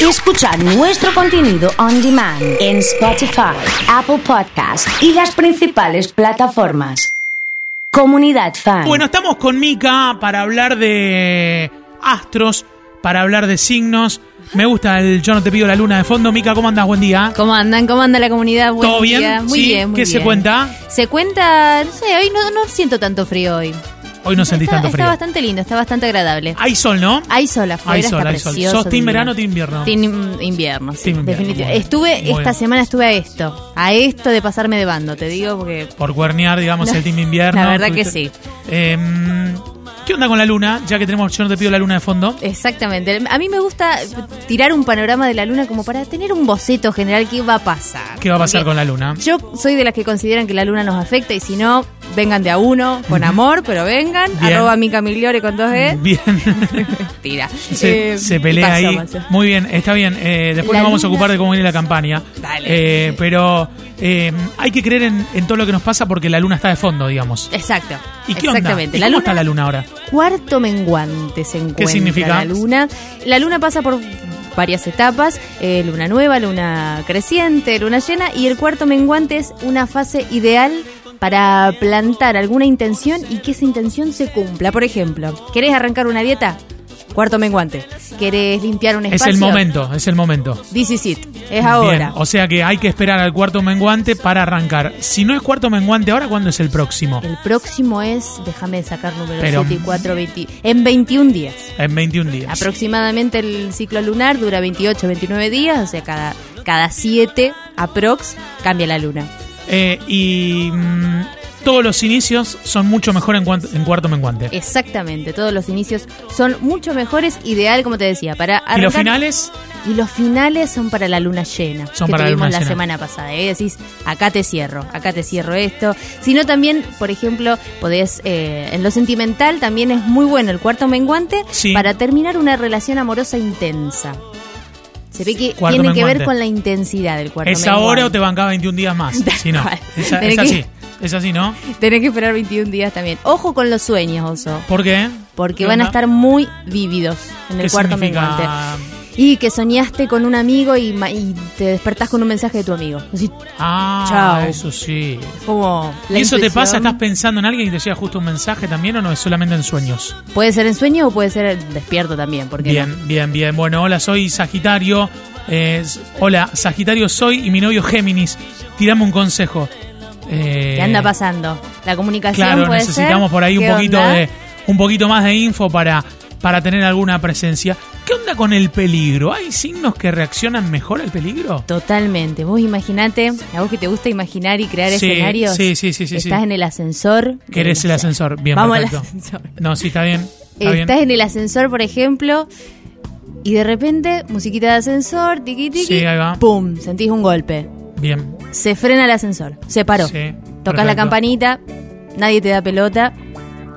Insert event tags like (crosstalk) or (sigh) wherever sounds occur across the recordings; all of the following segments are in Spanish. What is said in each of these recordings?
y escuchar nuestro contenido on demand en Spotify, Apple Podcast y las principales plataformas. Comunidad Fan. Bueno, estamos con Mika para hablar de astros, para hablar de signos. Me gusta el Yo no te pido la luna de fondo. Mica, ¿cómo andas? Buen día. ¿Cómo andan? ¿Cómo anda la comunidad? Buen ¿Todo día. bien? Muy ¿Sí? bien, muy ¿Qué se bien. cuenta? Se cuenta, no sé, hoy no, no siento tanto frío hoy. Hoy no sentís está, tanto frío. Está bastante Ah. lindo, está bastante agradable. Hay sol, ¿no? Hay sol afuera, Hay sol, está hay sol. precioso, ¿Sos team divino. verano o team invierno? Team invierno, sí, Team invierno, definitivo. muy bien. Estuve, Muy esta bien. semana estuve a esto, a esto de pasarme de bando, te digo, porque Por cuernear, digamos, La- el team invierno. la verdad que Tuviste- sí. Em, ¿Qué onda con la luna? Ya que tenemos Yo no te pido la luna de fondo. exactamente. A mí me gusta tirar un panorama de la luna como para tener un boceto general qué va a pasar. ¿Qué va a pasar Porque con la luna? Yo soy de las que consideran que la luna nos afecta y si no, vengan de a uno, con amor, pero vengan. Bien. Arroba Mica Migliore con dos E. Bien. Mentira. se, Eh, se pelea paso, ahí. paso. Muy bien, está bien. Eh, después La nos vamos a luna- ocupar de cómo viene la campaña. Dale. Eh, pero eh, hay que creer en, en todo lo que nos pasa porque la luna está de fondo, digamos. Exacto. ¿Y qué onda? Exactamente. ¿Y La ¿Cómo luna, está la luna ahora? cuarto menguante se encuentra. significa? La luna. La luna pasa por varias etapas, eh, luna nueva, luna creciente, luna llena y el cuarto menguante es una fase ideal para plantar alguna intención y que esa intención se cumpla. Por ejemplo, ¿querés arrancar una dieta? Cuarto menguante. ¿Querés limpiar un espacio? Es el momento, es el momento. This is it. Es Bien, ahora. o sea que hay que esperar al cuarto menguante para arrancar. Si no es cuarto menguante ahora, ¿cuándo es el próximo? El próximo es, déjame sacar número Pero- 7 y 4, 20, en 21 días. En 21 días. Aproximadamente el ciclo lunar dura 28, 29 días, o sea, cada, cada 7 aprox cambia la luna. Eh, y mm, todos los inicios son mucho mejor en, cuan- en cuarto menguante. Eh, Exactamente, todos los inicios son mucho mejores, ideal, como te decía, para y los arrancar- finales, Y los finales son para la luna llena, Son que para la tuvimos luna la llena. semana pasada. Y decís, acá te cierro, acá te cierro esto. Sino también, por ejemplo, podés, eh, en lo sentimental también es muy bueno el cuarto menguante Sí. para terminar una relación amorosa intensa. Se ve que Cuarto tiene que menguante. ver con la intensidad del cuarto ¿es menguante. ahora o te bancaba 21 días más? (laughs) Tal Si no, cual. es, a- es Tenés que- así. Es así, ¿no? Tenés que esperar 21 días también. Ojo con los sueños, Oso, ¿Por qué? porque ¿Qué van a onda? estar muy vívidos en ¿Qué el cuarto significa? menguante. Y que soñaste con un amigo y, ma- y te despertás con un mensaje de tu amigo. Así, Ah, Chao. eso sí. como la ¿Y eso te intuición. pasa? ¿Estás pensando en alguien y te llega justo un mensaje también o no es solamente en sueños? Puede ser en sueño o puede ser despierto también, porque Bien, bien, bien. Bueno, hola, soy Sagitario. Eh, s- hola, Sagitario soy y mi novio Géminis. Tirame un consejo. Eh, ¿qué anda pasando? La comunicación Claro, puede necesitamos ser? por ahí un ¿Qué poquito onda? de un poquito más de info para para tener alguna presencia. ¿Qué onda con el peligro? ¿Hay signos que reaccionan mejor al peligro? Totalmente. Vos imaginate, a vos que te gusta imaginar y crear Sí, escenarios. sí, sí, sí, sí, Estás sí. en el ascensor. ¿Querés el No sé. ascensor? Bien, Vamos perfecto. al ascensor. Este, No, sí, está bien. Está bien. Estás en el ascensor, por ejemplo, y de repente, musiquita de ascensor, tiqui tiqui, Sí, ahí va. pum, sentís un golpe. Bien. Se frena el ascensor, se paró. Sí, Tocas perfecto. la campanita, nadie te da pelota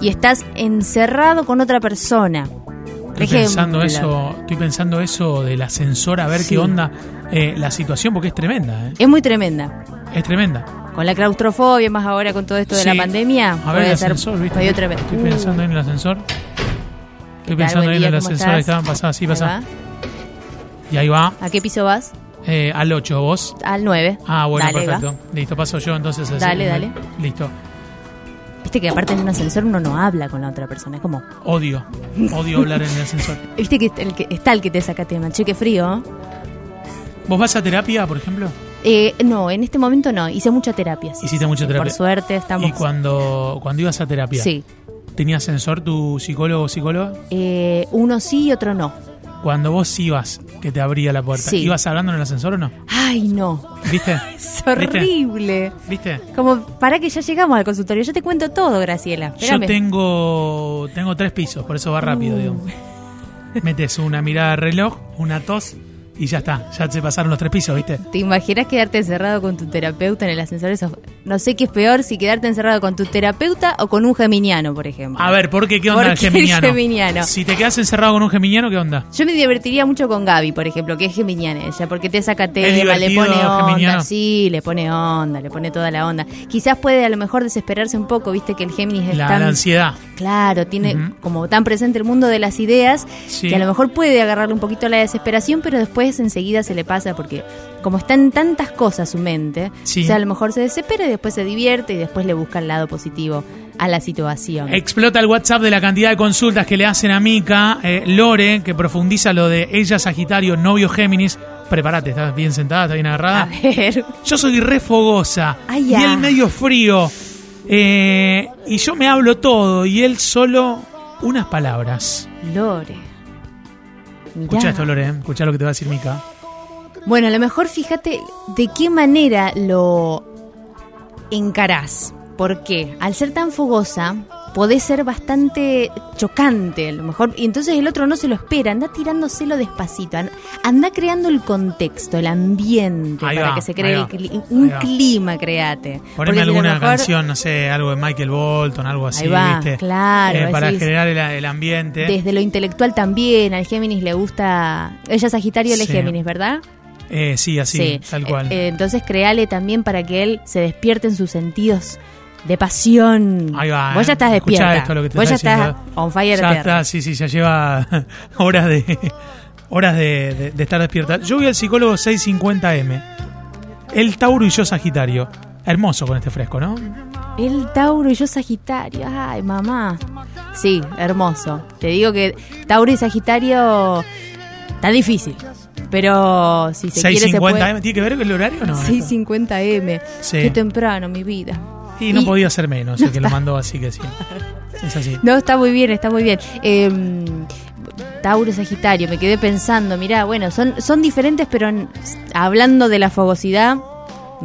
y estás encerrado con otra persona. Por Estoy pensando, ejemplo. eso, estoy pensando eso del ascensor, a ver Sí. qué onda eh, la situación, porque es tremenda, eh. Es muy tremenda. es tremenda. Con la claustrofobia, más ahora con todo esto de Sí. la pandemia, A ver el puede ser ascensor, ¿viste? medio tremendo. Estoy pensando en el ascensor. Estoy ¿Qué tal? pensando Buen ahí en día, el ¿cómo ascensor, ahí estás? está, pasa, sí, Ahí pasa. va. Y ahí va, ¿A qué piso vas? eh, al 8 vos. Al 9. Ah, bueno, Dale, va. perfecto. Listo, paso yo entonces. así. Dale, dale. Listo. Viste que aparte en un ascensor uno no habla con la otra persona, es como... Odio, odio hablar en el ascensor. Viste que, el que- está el que te saca tema, che, qué frío. ¿Vos vas a terapia, por ejemplo? Eh, no, en este momento no, hice mucha terapia. sí, Hiciste mucha sí, terapia. Por suerte, estamos... Y cuando, cuando ibas a terapia, Sí, ¿tenía ascensor tu psicólogo o psicóloga? Eh, uno sí y otro no. Cuando vos ibas, que te abría la puerta, Sí. ¿ibas hablando en el ascensor o no? Ay, no, (laughs) ¿Viste? es ¿Viste? horrible. ¿Viste? Como, para que ya llegamos al consultorio, yo te cuento todo, Graciela. Espérame. Uh. Yo tengo tengo tres pisos, por eso va rápido, digo. Metes una mirada al reloj, una tos y ya está. Ya se pasaron los tres pisos, ¿viste? ¿Te imaginas quedarte encerrado con tu terapeuta en el ascensor? Eso no sé qué es peor, si quedarte encerrado con tu terapeuta o con un geminiano, por ejemplo. A ver, ¿por qué qué onda ¿Por el qué el geminiano? geminiano? Si te quedas encerrado con un geminiano, ¿qué onda? Yo me divertiría mucho con Gaby, por ejemplo, que es geminiana ella, porque te saca tema, le divertido, pone onda, geminiano? sí, le pone onda, le pone toda la onda. Quizás puede a lo mejor desesperarse un poco, viste que el Géminis es La, tan... la ansiedad. Claro, tiene Ujú. como tan presente el mundo de las ideas Sí. que a lo mejor puede agarrarle un poquito la desesperación, pero después enseguida se le pasa porque como está en tantas cosas su mente, Sí. o sea, a lo mejor se desespera y después se divierte y después le busca el lado positivo a la situación. Explota el WhatsApp de la cantidad de consultas que le hacen a Mika. Eh, Lore, que profundiza lo de ella Sagitario, novio Géminis. Prepárate, estás bien sentada, estás bien agarrada. A ver. Yo soy re fogosa. Ay, Y ya. él medio frío. Eh, y yo me hablo todo y él solo unas palabras. Lore. Mirá. Escucha esto, Lore. Escucha lo que te va a decir Mica. Bueno, a lo mejor fíjate de qué manera lo encarás. Porque al ser tan fogosa, podés ser bastante chocante, a lo mejor. Y entonces el otro no se lo espera, anda tirándoselo despacito. an- Anda creando el contexto, el ambiente, Ahí para va, que se ahí cree el va, cli- ahí un va. clima, créate. Poneme Porque si a lo alguna mejor- canción, no sé, algo de Michael Bolton, algo así, Ahí va, ¿viste? claro, Eh, para decís- generar el, el ambiente. Desde lo intelectual también, al Géminis le gusta. Ella es Sagitario, él es Sí. Géminis, ¿verdad? Eh, sí, así, tal cual. Eh, eh, entonces créale también para que él se despierte en sus sentidos de pasión. Ahí va. Vos ya eh. estás Escuchá despierta. esto, lo que te Vos ya está estás diciendo. on fire Ya eterno. está, sí, sí, ya lleva (laughs) horas de horas de, de- de estar despierta. Yo voy al psicólogo 650M. El Tauro y yo Sagitario. Hermoso con este fresco, ¿no? El Tauro y yo Sagitario. Ay, mamá. Sí, hermoso. Te digo que Tauro y Sagitario está difícil. Pero si se quiere se puede. 650M. ¿eh? ¿Tiene que ver con el horario o no? 650M. Sí. Qué temprano, mi vida. Y no Y- podía ser menos, el que lo mandó, así (laughs) que sí. Es así. No, está muy bien, está muy bien. Eh, Tauro Sagitario, me quedé pensando, mirá, bueno, son, son diferentes, pero en- hablando de la fogosidad,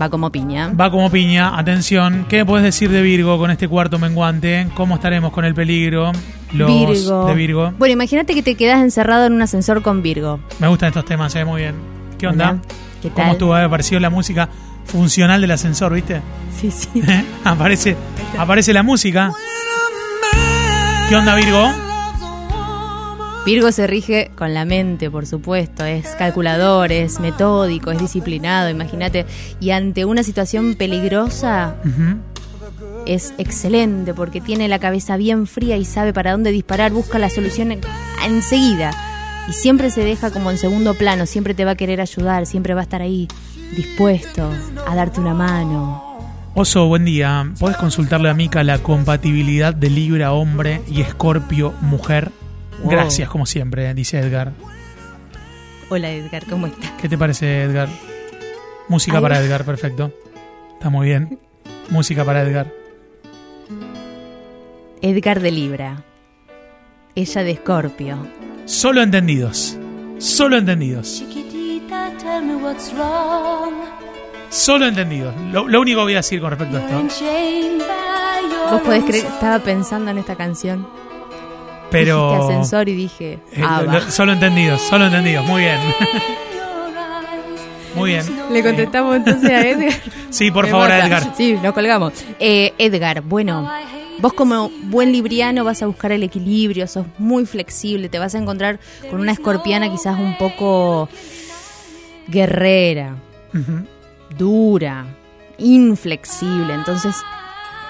va como piña. Va como piña, atención. ¿Qué puedes decir de Virgo con este cuarto menguante? ¿Cómo estaremos con el peligro? Los de Virgo. Bueno, imagínate que te quedas encerrado en un ascensor con Virgo. Me gustan estos temas, se ve muy bien. ¿Qué onda? Hola, ¿Qué tal? ¿Cómo estuvo? Ha aparecido la música funcional del ascensor, ¿viste? (laughs) Sí, sí. ¿Eh? aparece, aparece la música. ¿Qué onda, Virgo? Virgo se rige con la mente, por supuesto, es calculador, es metódico, es disciplinado, imagínate. Y ante una situación peligrosa, Ujú. es excelente porque tiene la cabeza bien fría y sabe para dónde disparar, busca la solución en- enseguida. Y siempre se deja como en segundo plano, siempre te va a querer ayudar, siempre va a estar ahí, dispuesto a darte una mano. Oso, buen día. ¿Podés consultarle a Mica la compatibilidad de Libra hombre y Escorpio mujer? Wow. Gracias, como siempre, dice Edgar. Hola Edgar, ¿cómo estás? ¿Qué te parece, Edgar? Música Ay. para Edgar, perfecto. Está muy bien. Música para Edgar. Edgar de Libra, ella de Escorpio. Solo entendidos. Solo entendidos. Chiquitita, tell me what's wrong. Solo entendidos. Lo, lo único que voy a decir con respecto a You're esto. enchained by your Vos podés own creer que estaba pensando en esta canción, Pero. dijiste ascensor y dije, Eh, ah, lo- va. lo- solo entendidos, solo entendidos. Muy bien. in your eyes. (laughs) Muy bien. Le contestamos (laughs) entonces a Edgar. Sí, por Me favor, mata. Edgar. Sí, nos colgamos. Eh, Edgar, bueno, vos como buen libriano vas a buscar el equilibrio, sos muy flexible, te vas a encontrar con una escorpiana quizás un poco guerrera, Ujú. dura, inflexible, entonces...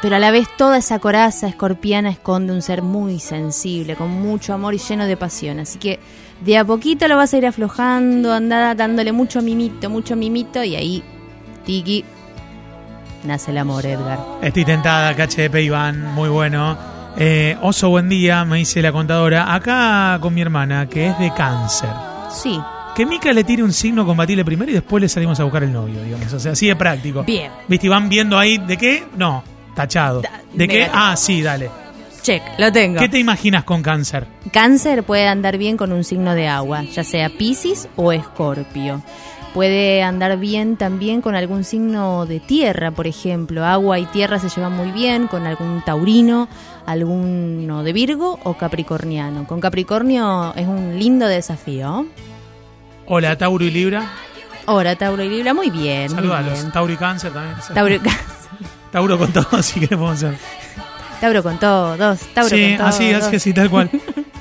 Pero a la vez toda esa coraza escorpiana esconde un ser muy sensible, con mucho amor y lleno de pasión. Así que de a poquito lo vas a ir aflojando, andá dándole mucho mimito, mucho mimito y ahí, tiki, nace el amor, Edgar. Estoy tentada, KHDP Iván, muy bueno. Eh, Oso, buen día, me dice la contadora. Acá con mi hermana, que es de cáncer. Sí, Que Mica le tire un signo compatible primero y después le salimos a buscar el novio, digamos. O sea, así de práctico. Bien. ¿Viste? Y van viendo ahí, ¿de qué? No, tachado. ¿De qué? negativo. Ah, sí, dale. check, lo tengo. ¿Qué te imaginas con cáncer? Cáncer puede andar bien con un signo de agua, ya sea Piscis o Escorpio. Puede andar bien también con algún signo de tierra, por ejemplo. Agua y tierra se llevan muy bien con algún taurino, alguno de Virgo o Capricorniano. Con Capricornio es un lindo desafío. Hola, Tauro y Libra. Ahora, Tauro y Libra, muy bien. muy Saludalos. bien. Tauro y Cáncer también. Tauro y (laughs) Cáncer. Tauro con todo, (laughs) si querés podemos hacer. Tauro con todos, Tauro sí, con todos. así, así, así, tal (laughs) cual.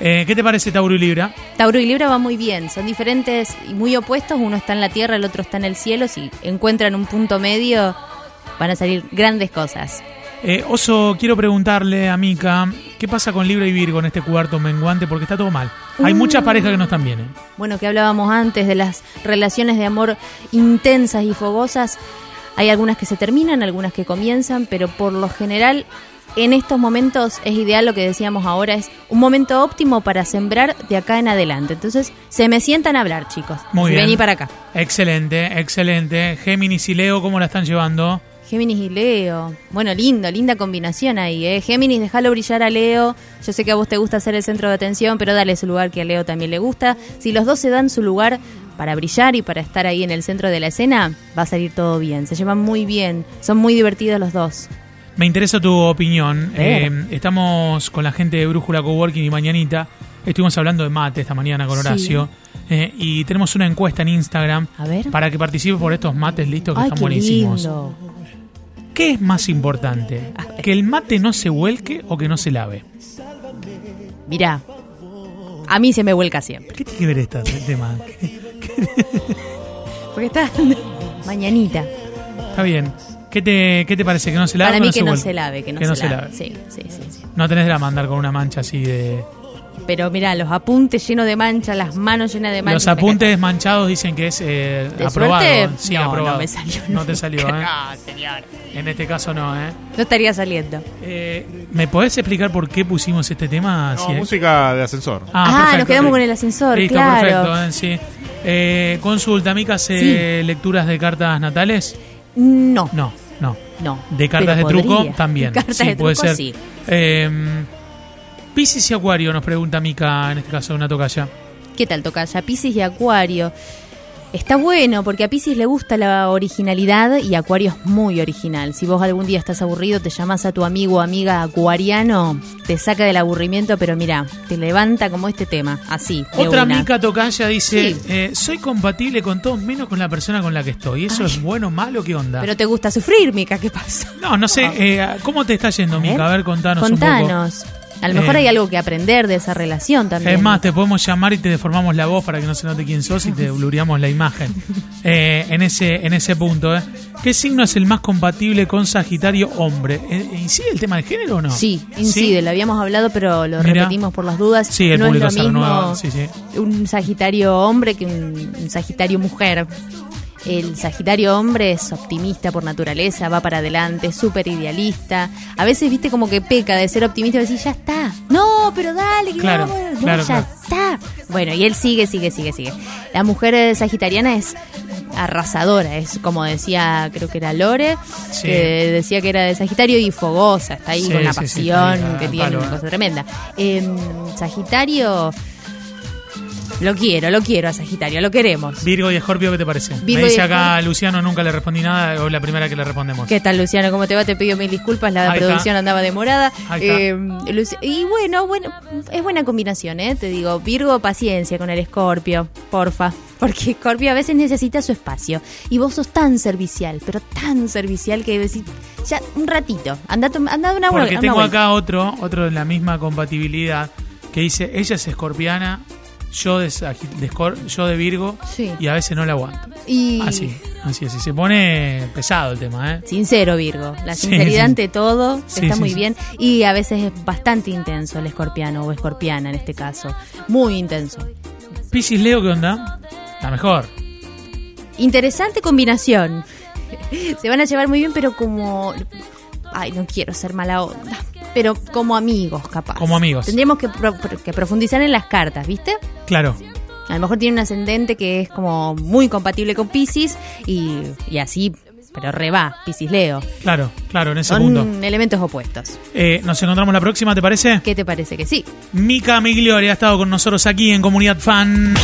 Eh, ¿Qué te parece Tauro y Libra? Tauro y Libra va muy bien, son diferentes y muy opuestos, uno está en la tierra, el otro está en el cielo, si encuentran un punto medio van a salir grandes cosas. Eh, Oso, quiero preguntarle a Mika, ¿qué pasa con Libra y Virgo en este cuarto menguante? Porque está todo mal. Mm. Hay muchas parejas que no están bien. ¿eh? Bueno, que hablábamos antes de las relaciones de amor intensas y fogosas, hay algunas que se terminan, algunas que comienzan, pero por lo general en estos momentos es ideal lo que decíamos ahora, es un momento óptimo para sembrar de acá en adelante. Entonces, se me sientan a hablar, chicos. Muy bien. Vení para acá. Excelente, excelente. Géminis y Leo, ¿cómo la están llevando? Géminis y Leo. Bueno, lindo, linda combinación ahí, ¿eh? Géminis, déjalo brillar a Leo. Yo sé que a vos te gusta ser el centro de atención, pero dale su lugar que a Leo también le gusta. Si los dos se dan su lugar para brillar y para estar ahí en el centro de la escena, va a salir todo bien. Se llevan muy bien, son muy divertidos los dos. Me interesa tu opinión. Bien. Eh, estamos con la gente de Brújula Coworking y Mañanita. Estuvimos hablando de mate esta mañana con Sí. Horacio. Eh, y tenemos una encuesta en Instagram A ver. para que participes por estos mates listos que Ay, están qué buenísimos. lindo. ¿Qué es más importante? ¿Que el mate no se vuelque o que no se lave? Mirá, a mí se me vuelca siempre. ¿Qué tiene que ver este tema? Porque está mañanita. Está bien. ¿Qué te, qué te parece? ¿Que no se lave? para o mí que no vuelque? se lave, que no, se, lave. Sí, sí, sí, sí. No tenés de la mandar con una mancha así de... Pero mirá, los apuntes llenos de mancha, las manos llenas de mancha. Los apuntes manchados dicen que es eh, De aprobado. suerte, sí, no, aprobado. no me salió No te nunca. salió, ¿eh? En este caso no, ¿eh? No estaría saliendo. Eh, me podés explicar por qué pusimos este tema? No, Si es- música de ascensor. Ah, nos quedamos sí. con el ascensor, Listo, claro. perfecto, eh, sí. Eh, consulta, Mica, ¿hace Sí. lecturas de cartas natales? No, no. No, no. De cartas pero de truco podría. (laughs) también. Cartas sí, de puede truco, ser. sí. Eh, Piscis y Acuario, nos pregunta Mica, en este caso una tocaya. ¿Qué tal tocaya? Piscis y Acuario. Está bueno porque a Piscis le gusta la originalidad y Acuario es muy original. Si vos algún día estás aburrido, te llamas a tu amigo o amiga acuariano, te saca del aburrimiento, pero mira, te levanta como este tema, así. de Otra una. Mica Tocaya dice, Sí. eh, soy compatible con todos menos con la persona con la que estoy. ¿Eso es bueno, malo? ¿Qué onda? Pero te gusta sufrir, Mica, ¿qué pasa? no, no sé, eh, ¿cómo te está yendo, Mica? A ver, contanos, un poco. Contanos. A lo mejor Eh, hay algo que aprender de esa relación también. Es más, te podemos llamar y te deformamos la voz para que no se note quién sos y (laughs) te blureamos la imagen. Eh, en, ese, en ese punto, ¿eh? ¿Qué signo es el más compatible con Sagitario hombre? Eh, ¿Incide el tema del género o no? Sí, incide, lo habíamos hablado, pero lo Mira. repetimos por las dudas. Sí, el no público es se lo mismo renueva, sí, sí. un Sagitario hombre que un, un Sagitario mujer. El Sagitario hombre es optimista por naturaleza, va para adelante, es súper idealista. A veces, viste, como que peca de ser optimista y decir, ya está. No, pero dale, que Claro, vamos. No, claro, ya claro. está. Bueno, y él sigue, sigue, sigue, sigue. La mujer eh, sagitariana es arrasadora, es como decía, creo que era Lore, Sí. que decía que era de Sagitario y fogosa, está ahí Sí, con una sí, sí, está pasión ahí, que al tiene, palo, una eh. cosa tremenda. Em, Sagitario, lo quiero, lo quiero a Sagitario, lo queremos. Virgo y Escorpio, ¿qué te parece? Me Virgo y dice acá Luciano, nunca le respondí nada, o la primera que le respondemos. ¿Qué tal, Luciano? ¿Cómo te va? Te pido mil disculpas, la Ahí está. producción andaba demorada. Ahí está. Eh, Luci- y bueno, bueno, es buena combinación, ¿eh? Te digo, Virgo, paciencia con el Escorpio, porfa. Porque Escorpio a veces necesita su espacio. Y vos sos tan servicial, pero tan servicial que decís, ya un ratito, anda, anda una vuelta. Porque una tengo vuelta. acá otro, otro de la misma compatibilidad, que dice, ella es escorpiana, yo de, Sagi- de Escor- yo de Virgo, Sí. y a veces no la aguanto. Y... Así, así, así. Se pone pesado el tema, ¿eh? Sincero, Virgo. La Sí, sinceridad sí. ante todo Sí, está sí, muy sí. bien. Y a veces es bastante intenso el escorpiano o escorpiana en este caso. Muy intenso. Piscis Leo, ¿qué onda? La mejor. Interesante combinación. (laughs) Se van a llevar muy bien, pero como. Ay, no quiero ser mala onda. Pero como amigos, capaz. Como amigos. Tendríamos que, pro- que profundizar en las cartas, ¿viste? Claro. A lo mejor tiene un ascendente que es como muy compatible con Pisces y, y así, pero re va, Pisces Leo. Claro, claro, en ese Son punto. elementos opuestos. Eh, Nos encontramos la próxima, ¿te parece? ¿Qué te parece que sí? Mica Migliori ha estado con nosotros aquí en Comunidad Fan.